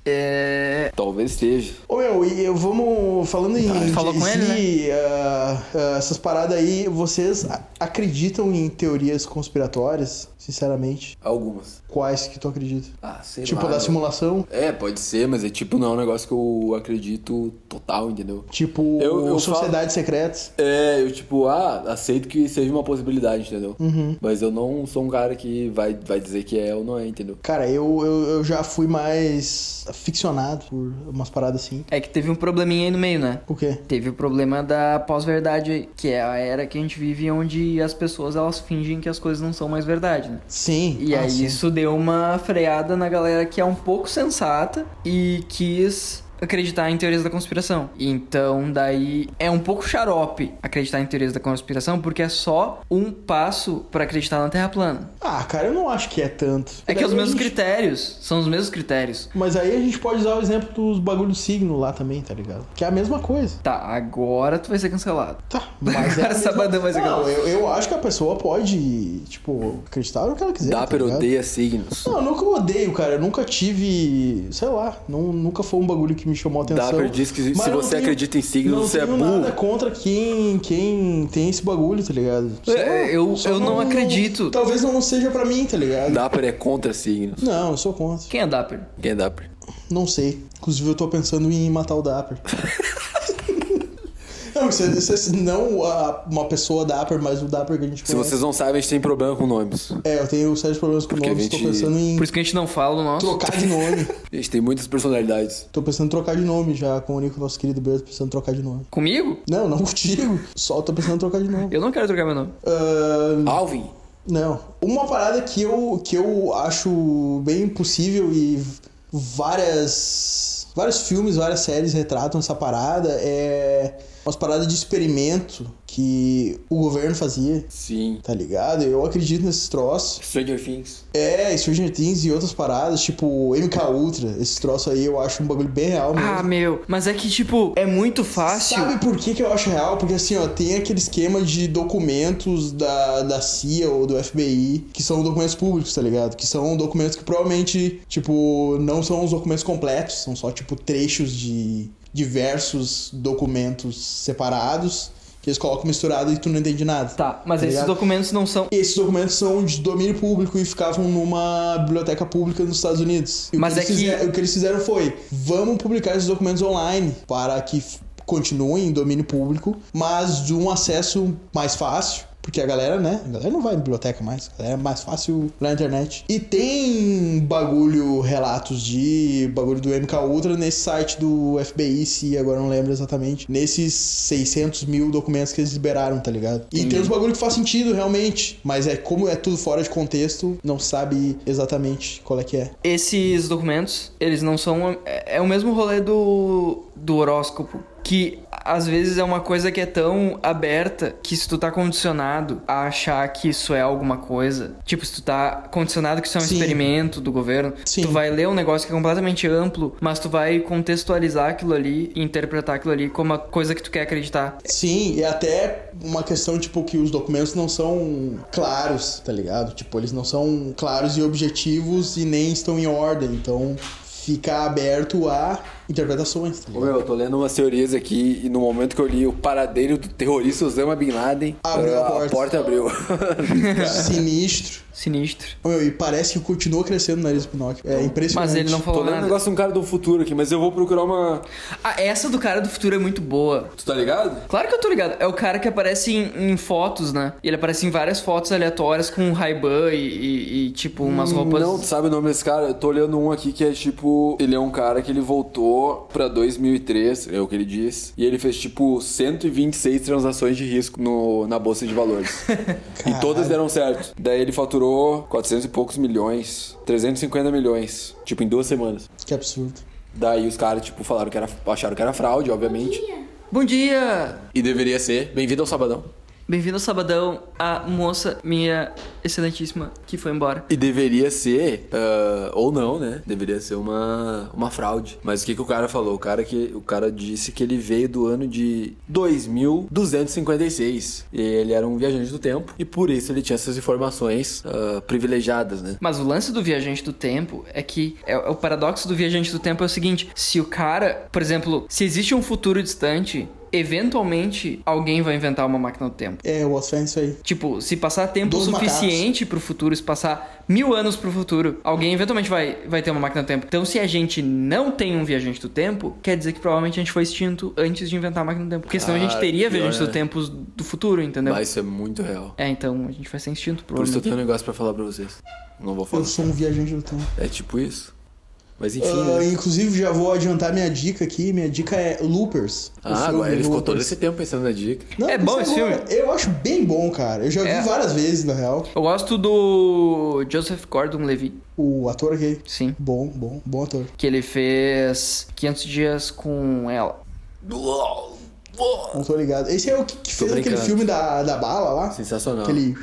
S3: É.
S1: Talvez esteja.
S2: Ô, meu, e eu- vamos... Falando em
S3: ele falou com ele, né?
S2: Jay-Z, ah, ah, essas paradas aí, vocês a- acreditam em teorias conspiratórias? Sinceramente.
S1: Algumas.
S2: Quais que tu acredita?
S1: Ah, sei
S2: Tipo,
S1: lá.
S2: da
S1: meu.
S2: simulação?
S1: É, pode ser, mas é tipo, não é um negócio que eu acredito total, entendeu?
S2: Tipo,
S1: Eu- eu
S2: sociedades secretas?
S1: É, eu tipo, ah, aceito que seja uma possibilidade, entendeu?
S2: Uhum.
S1: Mas eu não sou um cara que vai, vai dizer que é ou não é, entendeu?
S2: Cara, eu, eu, eu já fui mais aficionado por umas paradas assim.
S3: É que teve um probleminha aí no meio, né?
S2: O quê?
S3: Teve o problema da pós-verdade aí, que é a era que a gente vive onde as pessoas elas fingem que as coisas não são mais verdade, né?
S2: Sim.
S3: E
S1: é
S2: ah,
S3: aí
S2: sim.
S3: isso deu uma freada na galera que é um pouco sensata e quis acreditar em teorias da conspiração. Então daí é um pouco xarope acreditar em teorias da conspiração porque é só um passo pra acreditar na Terra plana.
S2: Ah, cara, eu não acho que é tanto.
S3: É que é os
S2: Daí a
S3: mesmos
S2: gente-
S3: critérios, são os mesmos critérios.
S2: Mas aí a gente pode usar o exemplo dos bagulho do signo lá também, tá ligado? Que é a mesma coisa.
S3: Tá, agora tu vai ser cancelado.
S2: Tá, mas é a
S3: Agora
S2: mesma-
S3: sabadão vai ser
S2: Não,
S3: cancelado.
S2: eu, eu acho que a pessoa pode, tipo, acreditar no que ela quiser.
S1: Dá,
S2: tá
S1: pero
S2: ligado?
S1: odeia signos.
S2: Não, eu nunca odeio, cara. Eu nunca tive. Sei lá. Não, nunca foi um bagulho que me chamou a atenção.
S1: Dapper diz que se
S2: Mas não
S1: você acredita em signo,
S2: não
S1: você é
S2: tenho
S1: burro.
S2: nada contra quem, quem tem esse bagulho, tá ligado? Só-
S3: É, eu-
S2: só
S3: eu não acredito.
S2: Talvez não seja pra mim, tá ligado?
S1: Dapper é contra signos.
S2: Não, eu sou contra.
S3: Quem é Dapper?
S1: Quem é Dapper?
S2: Não sei. Inclusive, eu tô pensando em matar o Dapper. não, isso, é- isso é- não a- uma pessoa Dapper, mas o Dapper que a gente
S1: Se
S2: conhece.
S1: vocês não sabem, a gente tem problema com nomes.
S2: É, eu tenho sérios problemas com
S1: Porque a
S2: nomes. Tô
S1: gente-
S2: pensando em
S3: Por isso que a gente não fala do nosso.
S2: trocar de nome.
S1: A gente tem muitas personalidades.
S2: tô pensando em trocar de nome já. Comunico o nosso querido Beto, pensando em trocar de nome.
S3: Comigo?
S2: Não, *laughs* não contigo. Só tô pensando em trocar de nome.
S3: Eu não quero trocar meu nome.
S2: Ahn,
S1: Alvin?
S2: Não. Uma parada que eu, que eu acho bem impossível e v- várias. Vários filmes, várias séries retratam essa parada é umas paradas de experimento que o governo fazia,
S1: Sim.
S2: tá ligado? Eu acredito nesses troços.
S1: Stranger Things?
S2: É, Stranger Things e outras paradas, tipo MK Ultra, esses troços aí eu acho um bagulho bem real mesmo.
S3: Ah, meu, mas é que, tipo, é muito fácil.
S2: Sabe por que, que eu acho real? Porque assim, ó, tem aquele esquema de documentos da, da CIA ou do FBI que são documentos públicos, tá ligado? Que são documentos que provavelmente, tipo, não são os documentos completos, são só, tipo, trechos de diversos documentos separados. Que eles colocam misturado e tu não entende nada.
S3: Tá, mas esses
S2: ligado?
S3: documentos não são.
S2: E esses documentos são de domínio público e ficavam numa biblioteca pública nos Estados Unidos. E o
S3: Mas
S2: que
S3: é
S2: eles
S3: que-
S2: fizeram- o que eles fizeram foi: vamos publicar esses documentos online para que f- continuem em domínio público, mas de um acesso mais fácil. Porque a galera, né? A galera não vai em biblioteca mais. A galera é mais fácil na internet. E tem bagulho, relatos de bagulho do MK Ultra nesse site do FBI, se agora eu não lembro exatamente. Nesses 600 mil documentos que eles liberaram, tá ligado? E tem uns bagulho que faz sentido, realmente. Mas é como é tudo fora de contexto, não sabe exatamente qual é que é.
S3: Esses documentos, eles não são. É é o mesmo rolê do. do horóscopo. Que às vezes é uma coisa que é tão aberta que se tu tá condicionado a achar que isso é alguma coisa. Tipo, se tu tá condicionado que isso é um
S2: Sim.
S3: experimento do governo,
S2: Sim.
S3: tu vai ler um negócio que é completamente amplo, mas tu vai contextualizar aquilo ali e interpretar aquilo ali como a coisa que tu quer acreditar.
S2: Sim, e até uma questão, tipo, que os documentos não são claros, tá ligado? Tipo, eles não são claros e objetivos e nem estão em ordem. Então fica aberto a interpretações, tá
S1: Ô,
S2: ligado?
S1: meu, eu tô lendo umas teorias aqui e no momento que eu li o paradeiro do terrorista Osama Bin Laden, ah,
S2: Abriu a
S1: *laughs*
S2: porta.
S1: abriu.
S3: *laughs*
S2: Sinistro.
S3: Sinistro.
S2: Ô, meu, e parece que continua crescendo o nariz do Pinóquio. É impressionante.
S3: Mas ele não
S1: tô
S3: falou
S1: lendo um
S3: nada.
S1: negócio de um cara do futuro aqui, mas eu vou procurar uma.
S3: Ah, essa do cara do futuro é muito boa.
S1: Tu tá ligado?
S3: Claro que eu tô ligado. É o cara que aparece em, em fotos, né? E ele aparece em várias fotos aleatórias com um Ray-Ban e, e- e, tipo, umas roupas...
S1: Hum, Não, tu sabe o nome desse cara? Eu tô olhando um aqui que é tipo. Ele é um cara que ele voltou pra 2003, é o que ele diz. E ele fez tipo 126 transações de risco no, na bolsa de valores. e todas deram certo. Daí ele faturou 400 e poucos milhões, 350 milhões, tipo em duas semanas.
S2: Que absurdo.
S1: Daí os caras, tipo, falaram que era. acharam que era fraude, obviamente.
S3: Bom dia!
S1: E deveria ser. Bem-vindo ao Sabadão.
S3: Bem-vindo ao Sabadão. A moça, minha excelentíssima, que foi embora.
S1: E deveria ser, ah, ou não, né? Deveria ser uma, uma fraude. Mas o que, que o cara falou? O cara, que, o cara disse que ele veio do ano de 2256. E ele era um viajante do tempo. E por isso ele tinha essas informações ah, privilegiadas, né?
S3: Mas o lance do viajante do tempo é que é, é o paradoxo do viajante do tempo é o seguinte: se o cara, por exemplo, se existe um futuro distante, eventualmente alguém vai inventar uma máquina do tempo.
S2: É, o Osfé é isso aí.
S3: Tipo, se passar tempo
S2: Dos
S3: suficiente pro futuro, se passar mil anos pro futuro, alguém eventualmente vai, vai ter uma máquina do tempo. Então, se a gente não tem um viajante do tempo, quer dizer que provavelmente a gente foi extinto antes de inventar a máquina do tempo. Porque senão a gente
S1: Cara,
S3: teria
S1: pior,
S3: viajante do
S1: né?
S3: tempo do futuro, entendeu?
S1: Mas isso é muito real.
S3: É, então a gente vai ser extinto,
S1: Por isso eu
S3: provavelmente.
S1: tenho um negócio pra falar pra vocês. Não vou falar.
S2: Eu sou um viajante do tempo.
S1: É tipo isso. Mas enfim,
S2: Ah,
S1: né?
S2: inclusive, já vou adiantar minha dica aqui. Minha dica é Loopers. O
S1: Ah,
S2: filme
S1: agora ele ficou todo
S2: Loopers.
S1: esse tempo pensando na dica.
S2: Não,
S3: É bom
S2: mas
S3: esse
S2: agora, Eu acho bem bom, cara. Eu já
S3: É.
S2: vi várias vezes, na real.
S3: Eu gosto do Joseph Gordon-Levitt,
S2: O ator gay.
S3: sim.
S2: Bom, bom, bom ator.
S3: Que ele fez 500 dias com ela.
S2: Não tô ligado. Esse é o que, que fez aquele
S1: brincando.
S2: filme da, da bala lá?
S1: Sensacional.
S2: Aquele.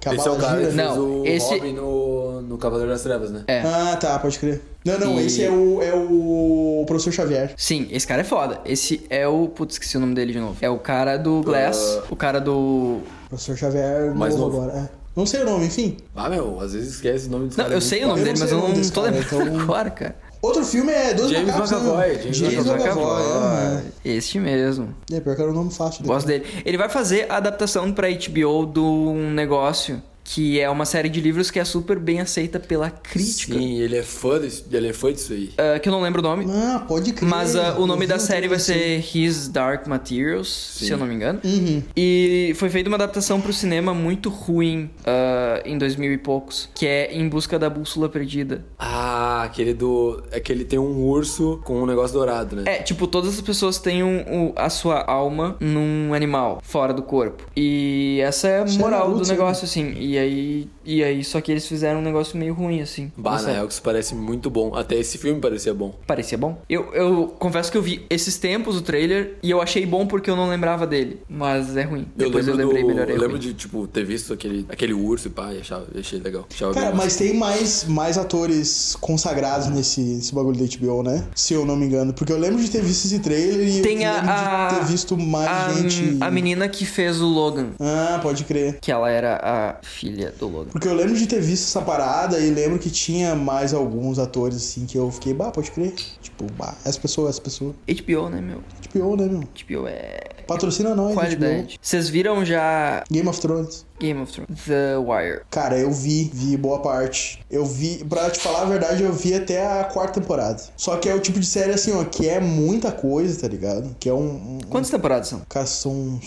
S2: Que a
S1: Esse é o
S2: bala
S1: cara que
S2: gira. né?
S1: fez
S3: Não,
S1: o
S3: esse-
S1: Robin no, no Cavaleiro das Trevas, né?
S3: É.
S2: Ah, tá, pode crer. Não, não,
S3: E-
S2: esse é o, é o professor Xavier.
S3: Sim, esse cara é foda. Esse é o. Putz, esqueci o nome dele de novo. É o cara do Glass,
S1: Ah.
S3: o cara do.
S2: Professor Xavier
S1: Mais
S2: novo,
S1: novo.
S2: agora. é. Não sei o nome, enfim.
S1: Ah, meu, às vezes esquece o nome dos é
S3: Não, eu sei o nome
S2: Eu
S3: dele,
S2: não
S3: mas
S2: sei
S3: eu
S2: o nome
S3: não
S2: desse
S3: tô
S2: cara,
S3: lembrando
S2: então-
S3: *laughs* agora, cara.
S2: Outro filme é Dois
S1: James
S2: Macacos. né?
S1: McAvoy, James
S2: James
S1: McAvoy.
S2: McAvoy. é, né?
S3: Este mesmo.
S2: É, pior que era um nome fácil. dele.
S3: Gosto dele. Ele vai fazer a adaptação pra HBO de um negócio que é uma série de livros que é super bem aceita pela crítica.
S1: Sim, ele é fã disso, ele é fã disso aí.
S3: Ah, que eu não lembro o nome.
S2: Ah, pode crer.
S3: Mas ah, o nome
S2: Eu
S3: da
S2: vi um
S3: série vai
S2: trailer
S3: ser His Dark Materials, se eu não me engano.
S2: Uhum.
S3: E foi feita uma adaptação pro cinema muito ruim ah, em 2000 e poucos, que é Em Busca da Bússola Perdida.
S1: Ah, aquele do. É que ele tem um urso com um negócio dourado, né?
S3: É, tipo, todas as pessoas têm um- o- a sua alma num animal, fora do corpo. E essa é a
S2: Isso é
S3: moral
S2: Naruto,
S1: né?
S3: do negócio, assim. E aí, e aí, só que eles fizeram um negócio meio ruim, assim.
S1: Bah, né?
S3: Nossa,
S1: na real, que isso parece muito bom. Até esse filme parecia bom.
S3: Parecia bom. Eu, eu confesso que eu vi esses tempos o trailer e eu achei bom porque eu não lembrava dele. Mas é ruim. Depois eu,
S1: lembro
S3: lembrei
S1: do-
S3: melhor. é
S1: Eu
S3: ruim.
S1: lembro de, tipo, ter visto aquele, aquele urso e pá, e achava, achei legal. Achava
S2: Cara,
S1: bem
S2: mas tem mais, mais atores consagrados nesse, nesse bagulho da HBO, né? Se eu não me engano. Porque eu lembro de ter visto esse trailer e
S3: Tem
S2: eu
S3: a-
S2: lembro
S3: a-
S2: de ter visto mais
S3: a,
S2: gente.
S3: a menina que fez o Logan.
S2: Ah, pode crer.
S3: Que ela era a filha do Logan.
S2: Porque eu lembro de ter visto essa parada e lembro que tinha mais alguns atores, assim, que eu fiquei, bah, pode crer. Tipo, bah, essa pessoa, essa pessoa.
S3: HBO, né, meu?
S2: HBO, né, meu?
S3: HBO é.
S2: Patrocina nós,
S3: Qualidade. Vocês viram já
S2: HBO. Game of Thrones.
S3: Game of Thrones? The Wire.
S2: Cara, eu vi, vi boa parte. Eu vi, pra te falar a verdade, eu vi até a quarta temporada. Só que é o tipo de série assim, ó, que é muita coisa, tá ligado? Que é um. um
S3: Quantas temporadas são?
S2: Cara, são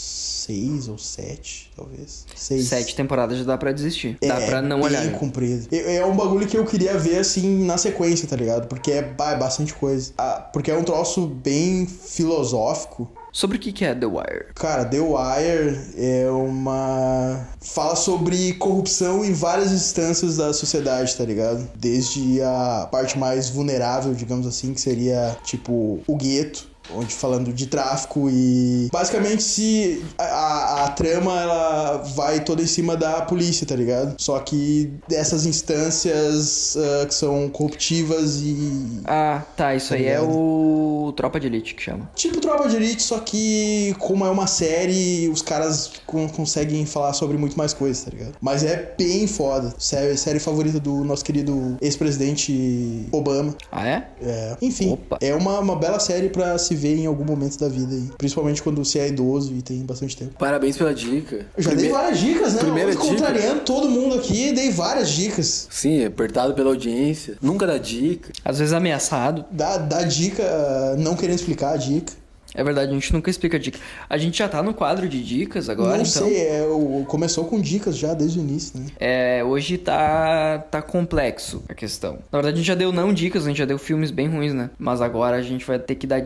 S2: seis ou sete, talvez. Seis.
S3: Sete temporadas já dá pra desistir. dá
S2: É,
S3: pra não
S2: bem
S3: olhar. né?
S2: comprido. É é um bagulho que eu queria ver, assim, na sequência, tá ligado? Porque é, ba- é bastante coisa. Ah, porque é um troço bem filosófico.
S3: Sobre o que que é The Wire?
S2: Cara, The Wire é uma. Fala sobre corrupção em várias instâncias da sociedade, tá ligado? Desde a parte mais vulnerável, digamos assim, que seria tipo o gueto. Onde falando de tráfico e. Basicamente, se a, a- a trama ela vai toda em cima da polícia, tá ligado? Só que dessas instâncias ah, que são corruptivas e
S3: Ah, tá. Isso aí é
S2: ligado?
S3: o Tropa de Elite que chama.
S2: Tipo Tropa de Elite, só que como é uma série, os caras con- conseguem falar sobre muito mais coisas, tá ligado? Mas é bem foda. Série, série favorita do nosso querido ex-presidente Obama.
S3: Ah, é?
S2: É, Enfim,
S3: Opa.
S2: é uma, uma bela série pra se ver em algum momento da vida aí. Principalmente quando você é idoso e tem bastante tempo.
S1: Parabéns pela dica.
S2: Eu já
S1: Primeiro-
S2: dei várias dicas, né?
S1: primeira
S2: Eu tô
S1: dica.
S2: contrariando todo mundo aqui, dei várias dicas.
S1: Sim, apertado pela audiência. Nunca dá dica.
S3: Às vezes ameaçado.
S2: Dá, dá dica, não querendo explicar a dica.
S3: É verdade, a gente nunca explica dica. A gente já tá no quadro de dicas agora,
S2: não
S3: então.
S2: sei, é, o- começou com dicas já desde o início, né?
S3: É, hoje tá, tá complexo a questão. Na verdade, a gente já deu não dicas, a gente já deu filmes bem ruins, né? Mas agora a gente vai ter que dar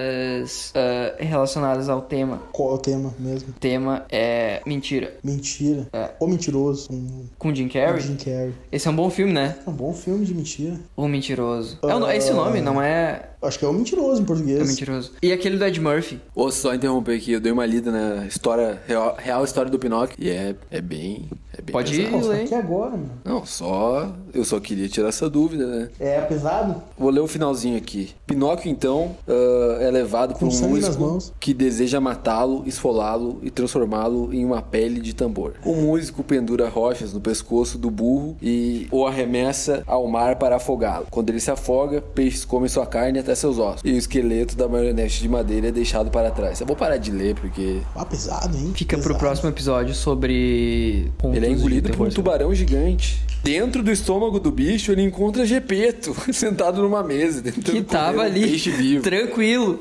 S3: dicas ah, relacionadas ao tema.
S2: Qual é o tema mesmo?
S3: O tema é mentira.
S2: Mentira.
S1: É.
S2: Ou mentiroso. Um
S3: Com Jim
S2: um
S3: Carrey.
S2: Jim Carrey.
S3: Esse é um bom filme, né?
S2: É um bom filme de mentira.
S3: O Mentiroso. É, o no- é esse o nome, não é...
S2: Acho que é o mentiroso em português.
S1: um
S3: É Mentiroso. E aquele do Ed Murphy.
S1: Ou só interromper aqui, eu dei uma lida na história, real, real história do Pinóquio. E é, é bem. É bem
S3: Pode ir,
S1: pesado.
S2: Não, só
S3: Lê.
S2: que agora, mano.
S1: Não, só. Eu só queria tirar essa dúvida, né?
S2: É pesado?
S1: Vou ler o finalzinho aqui. Pinóquio, então, ah, é levado por
S2: Com
S1: um
S2: sangue nas
S1: músico
S2: mãos.
S1: que deseja matá-lo, esfolá-lo e transformá-lo em uma pele de tambor. O músico pendura rochas no pescoço do burro e o arremessa ao mar para afogá-lo. Quando ele se afoga, peixes comem sua carne até seus ossos. E o esqueleto da marionete de madeira é deixado para trás. Eu vou parar de ler, porque
S2: Ah, pesado, hein?
S3: Fica
S2: pesado.
S3: pro próximo episódio sobre...
S1: Ele é
S3: contos de
S1: engolido por
S3: terror,
S1: um tubarão gigante. Dentro do estômago do bicho, ele encontra Gepeto, *laughs* sentado numa mesa, tentando
S3: Que
S1: comer
S3: tava
S1: um
S3: ali,
S1: peixe vivo.
S3: tranquilo,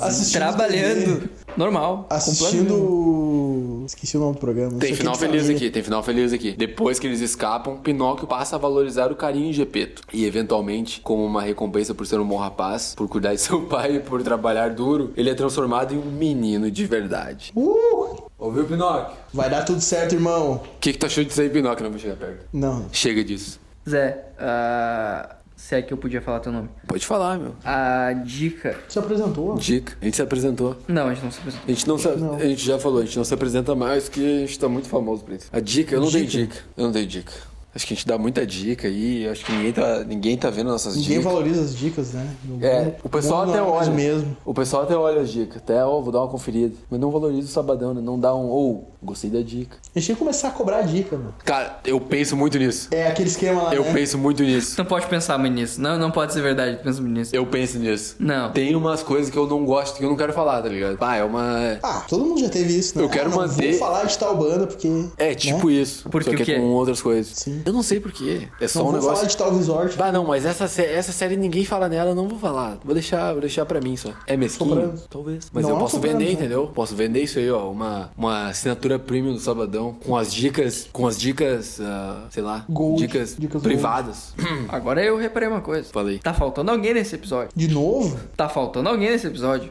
S2: Assistindo
S3: trabalhando.
S2: TV,
S3: Normal. com plano
S2: assistindo. Esqueci o nome do
S1: Tem
S2: programa. Isso aqui é
S1: final
S2: de
S1: feliz
S2: família.
S1: aqui, tem final feliz aqui. Depois que eles escapam, Pinóquio passa a valorizar o carinho em Gepeto. E, eventualmente, como uma recompensa por ser um bom rapaz, por cuidar de *laughs* seu pai e por trabalhar duro, ele é transformado em um menino de verdade.
S2: Uh!
S1: Ouviu, Pinóquio?
S2: Vai dar tudo certo, irmão.
S1: O que, que tu achou disso aí, Pinóquio? Não vou chegar perto.
S2: Não.
S1: Chega disso.
S3: Zé, ah, se é que eu podia falar teu nome.
S1: Pode falar, meu.
S3: A dica.
S2: Se apresentou.
S1: Dica. A gente se apresentou.
S3: Não, a gente não se apresentou.
S1: A gente, não se- a gente já falou, a gente não se apresenta mais que a gente tá muito famoso por isso. A dica, eu não dei
S2: Dica?
S1: dica. Eu não dei dica. Acho que a gente dá muita dica aí, acho que ninguém tá, ninguém tá vendo nossas
S2: Ninguém
S1: dicas.
S2: valoriza as dicas, né? No
S1: É,
S2: mundo-
S1: o pessoal
S2: mundo
S1: até
S2: não é mais
S1: olha.
S2: o mesmo.
S1: O pessoal até olha as dicas. Até, ó, vou dar uma conferida. Mas não valoriza o sabadão, né? Não dá um, ou, gostei da dica.
S2: A gente tem que começar a cobrar a dica, mano.
S1: Cara, eu penso muito nisso.
S2: É aquele esquema lá.
S1: Eu
S2: né?
S1: penso muito nisso.
S3: Tu não pode pensar muito nisso. Não, não pode ser verdade, tu pensa muito nisso.
S1: Eu penso nisso.
S3: Não.
S1: Tem umas coisas que eu não gosto, que eu não quero falar, tá ligado? Ah, é uma...
S2: Ah, todo mundo já teve isso, né?
S1: Eu quero
S2: ah, não
S1: manter-
S2: Vou falar de tal banda porque. né?
S1: É, tipo isso.
S3: Porque
S1: só
S3: o
S1: que
S3: quê?
S1: é com outras coisas.
S2: Sim.
S1: Eu não sei porquê. É só
S2: Não
S1: um
S2: vou
S1: negócio...
S2: falar de tal resort.
S1: Bah, não, mas essa, sé- essa série ninguém fala nela, eu não vou falar. Vou deixar, vou deixar pra mim só. É mesquinho?
S2: Sopranos.
S1: Talvez. Mas
S2: Não,
S1: eu posso
S2: Sopranos,
S1: vender,
S2: né?
S1: entendeu? Posso vender isso aí, ó. Uma, uma assinatura premium do Sabadão. Com as dicas. Com as dicas. ah, sei lá.
S2: Gold.
S1: Dicas,
S2: Dicas
S1: privadas.
S3: Agora eu reparei uma coisa.
S1: Falei.
S3: Tá faltando alguém nesse episódio.
S2: De novo?
S3: Tá faltando alguém nesse episódio.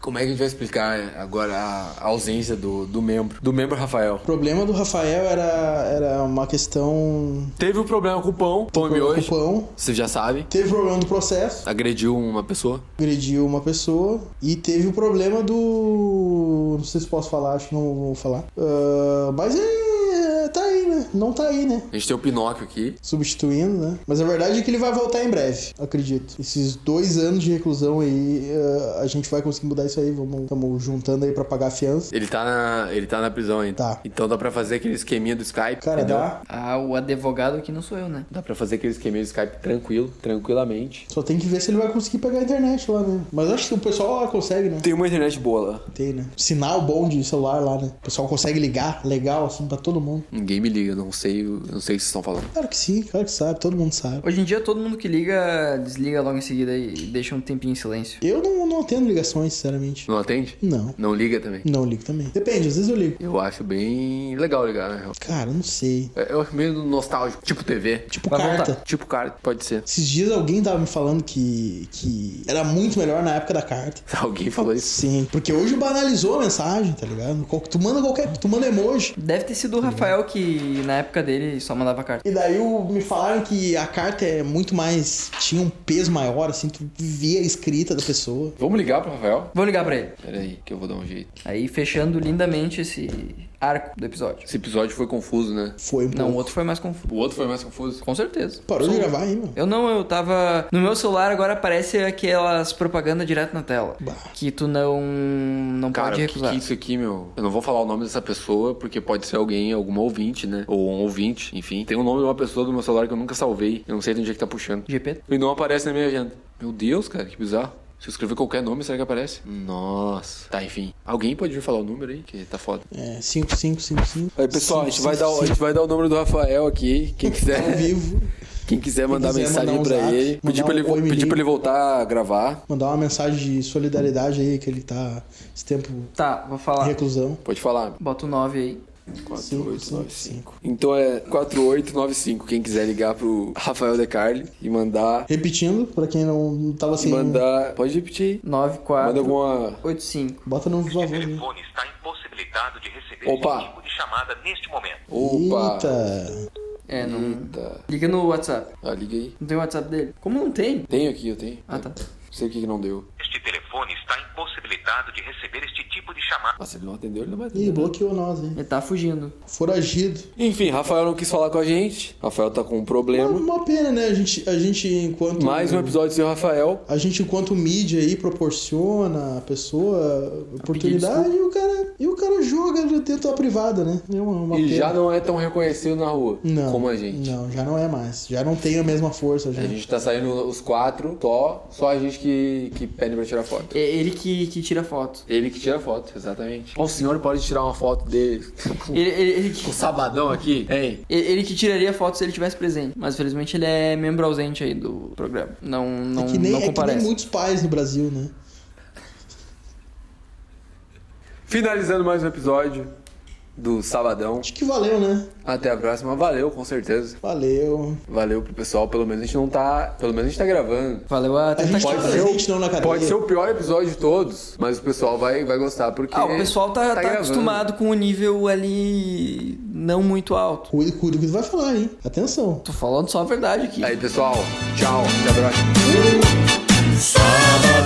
S1: Como é que a gente vai explicar agora a ausência do, do membro? Do membro Rafael.
S2: O problema do Rafael era, era uma questão
S1: Teve um problema com o pão. Pão e
S2: com o
S1: miojo.
S2: pão.
S1: Vocês já sabem.
S2: Teve o problema do processo,
S1: Agrediu uma pessoa.
S2: agrediu uma pessoa. E teve o problema do. Não sei se posso falar, acho que não vou falar. Ah, mas é. Tá aí, né? não tá aí, né?
S1: A gente tem o Pinóquio aqui.
S2: Substituindo, né? Mas a verdade é que ele vai voltar em breve, acredito. Esses dois anos de reclusão aí, eh, a gente vai conseguir mudar isso aí. Vamos tamo juntando aí pra pagar a fiança.
S1: Ele tá na, ele tá na prisão ainda.
S2: Tá.
S1: Então dá pra fazer aquele esqueminha do Skype.
S2: Cara,
S1: entendeu?
S2: dá.
S3: Ah, o advogado aqui não sou eu, né?
S1: Dá pra fazer aquele esqueminha do Skype tranquilo, tranquilamente.
S2: Só tem que ver se ele vai conseguir pegar a internet lá, né? Mas acho que o pessoal lá consegue, né?
S1: Tem uma internet boa lá.
S2: Tem, né? Sinal bom de celular lá, né? O pessoal consegue ligar, legal, assim, pra todo mundo.
S1: Ninguém me liga, não sei, não sei o que vocês estão falando.
S2: Claro que sim, claro que sabe, todo mundo sabe.
S3: Hoje em dia todo mundo que liga, desliga logo em seguida e deixa um tempinho em silêncio.
S2: Eu não, não atendo ligações, sinceramente.
S1: Não atende?
S2: Não.
S1: Não liga também.
S2: Não ligo também. Depende, às vezes eu ligo.
S1: Eu acho bem legal ligar, na real.
S2: Cara, não sei.
S1: É, Eu acho meio nostálgico. Tipo TV. Tipo,
S2: Tipo,
S3: Vai voltar.
S2: carta.
S1: tipo cara, pode ser.
S2: Esses dias alguém tava me falando que, que era muito melhor na época da carta.
S1: *laughs* Alguém falou isso.
S2: Sim, porque hoje banalizou a mensagem, tá ligado? Qual- Tu manda qualquer. Tu manda emoji.
S3: Deve ter sido o Rafael que na época dele só mandava carta.
S2: E daí o- me falaram que a carta é muito mais. tinha um peso maior, assim, tu via a escrita da pessoa.
S1: Vamos ligar pro Rafael?
S3: Vou ligar pra ele.
S1: Pera aí, que eu vou dar um jeito.
S3: Aí fechando lindamente esse arco do episódio.
S1: Esse episódio foi confuso, né?
S2: Foi um
S3: Não, o
S2: pouco.
S3: outro foi mais confuso.
S1: O outro foi mais confuso.
S3: Com certeza.
S2: Parou de gravar aí, meu.
S3: Eu não, eu tava. No meu celular agora aparece aquelas propagandas direto na tela.
S2: Bah.
S3: Que tu não. Não
S1: Cara,
S3: pode
S1: o que, que
S3: recusar.
S1: é isso aqui, meu? Eu não vou falar o nome dessa pessoa, porque pode ser alguém, alguma ouvinte, né? Ou um ouvinte, enfim. Tem o nome de uma pessoa do meu celular que eu nunca salvei. Eu não sei de onde é que tá puxando.
S3: GP?
S1: E não aparece na minha agenda. Meu Deus, cara, que bizarro. Se eu escrever qualquer nome, será que aparece? Nossa. Tá, enfim. Alguém pode vir falar o número aí, que tá foda.
S2: É, 5555.
S1: Aí, pessoal, a gente, vai dar, o- a gente vai dar o número do Rafael aqui. Quem quiser,
S2: *laughs* Ao vivo.
S1: quem quiser mandar
S2: quiser
S1: mensagem
S2: mandar um
S1: pra
S2: zap,
S1: ele, pedir
S2: mandar
S1: pra ele,
S2: um
S1: vo-
S2: oi, me
S1: pedir
S2: liga.
S1: pra ele voltar a gravar.
S2: Mandar uma mensagem de solidariedade aí, que ele tá esse tempo
S3: Tá, vou
S2: em
S3: falar.
S2: reclusão.
S1: Pode falar.
S3: Bota o 9 aí.
S1: 4895. Então é 4895. Quem quiser ligar pro Rafael De Carli e mandar.
S2: Repetindo, pra quem não não tava
S1: e
S2: sem.
S1: mandar. Pode repetir. aí. Manda
S3: 9485.
S1: alguma.
S3: 85.
S2: Bota no
S4: O
S2: vavô. né?
S4: telefone está impossibilitado de receber
S1: Opa.
S4: esse tipo de chamada neste momento.
S1: Opa!
S2: Eita!
S3: É, não.
S1: Eita.
S3: Liga no WhatsApp.
S1: Ah, liga aí.
S3: Não tem o WhatsApp dele? Como não tem?
S1: Tenho aqui, eu tenho.
S3: Ah, tá.
S1: Não sei o que, que não deu.
S4: Este telefone está impossibilitado de receber este tipo de chamada.
S1: Nossa, Ah, ele não atendeu, ele não vai
S2: Ih,
S1: atender.
S2: bloqueou nós, hein?
S3: Ele tá fugindo.
S2: Foragido.
S1: Enfim, Rafael não quis falar com a gente. Rafael tá com um problema.
S2: Uma pena, né? A gente, a gente enquanto.
S1: Mais um episódio sem o Rafael.
S2: A gente, enquanto mídia aí, proporciona a pessoa oportunidade e o, cara, e o cara joga dentro da privada, né? É uma, uma
S1: E
S2: pena.
S1: já não é tão reconhecido na rua
S2: não,
S1: como a gente.
S2: Não, já não é mais. Já não tem a mesma força. Já.
S1: A gente tá saindo os quatro, só, só a gente que, que pede pra tirar foto.
S3: É ele que, que tira foto.
S1: Ele que tira foto, exatamente. Ó, O senhor pode tirar uma foto dele *laughs* com
S3: Ele, ele, ele que-
S1: o sabadão aqui, hein?
S3: ele- ele que tiraria foto se ele tivesse presente. Mas felizmente ele é membro ausente aí do programa. Não, não,
S2: é que nem,
S3: não
S2: é que nem
S3: comparece.
S2: muitos pais no Brasil, né?
S1: Finalizando mais um episódio do Sabadão.
S2: Acho que valeu, né?
S1: Até a próxima. Valeu, com certeza.
S2: Valeu.
S1: Valeu pro pessoal. Pelo menos a gente não tá. Pelo menos a gente tá gravando.
S3: Valeu a
S2: A gente
S3: tentativa.
S2: tá presente, não na cadeia.
S1: Pode ser o pior episódio de todos, mas o pessoal vai, vai gostar porque.
S3: Ah, o pessoal tá, tá
S1: gravando.
S3: acostumado com o nível ali não muito alto.
S2: Cuida, cuida do que tu vai falar, hein? Atenção.
S3: Tô falando só a verdade aqui.
S1: Aí, pessoal, tchau. Até a próxima.
S5: Sabadão